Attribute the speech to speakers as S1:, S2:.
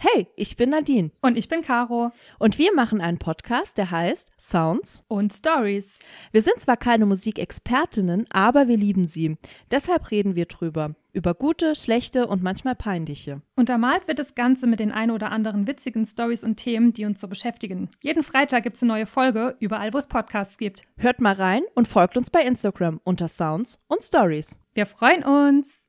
S1: Hi, ich bin Nadine
S2: Und ich bin Caro
S1: und wir machen einen Podcast, der heißt Sounds.
S2: und Stories.
S1: Wir sind zwar keine Musikexpertinnen, aber wir lieben sie. Deshalb reden wir drüber. Über gute, schlechte und manchmal peinliche.
S2: Untermalt wird das Ganze mit den ein oder anderen witzigen Stories und Themen, die uns so beschäftigen. Jeden Freitag gibt es eine neue Folge, überall wo es Podcasts gibt.
S1: Hört mal rein und folgt uns bei Instagram unter Sounds und Stories.
S2: Wir freuen uns!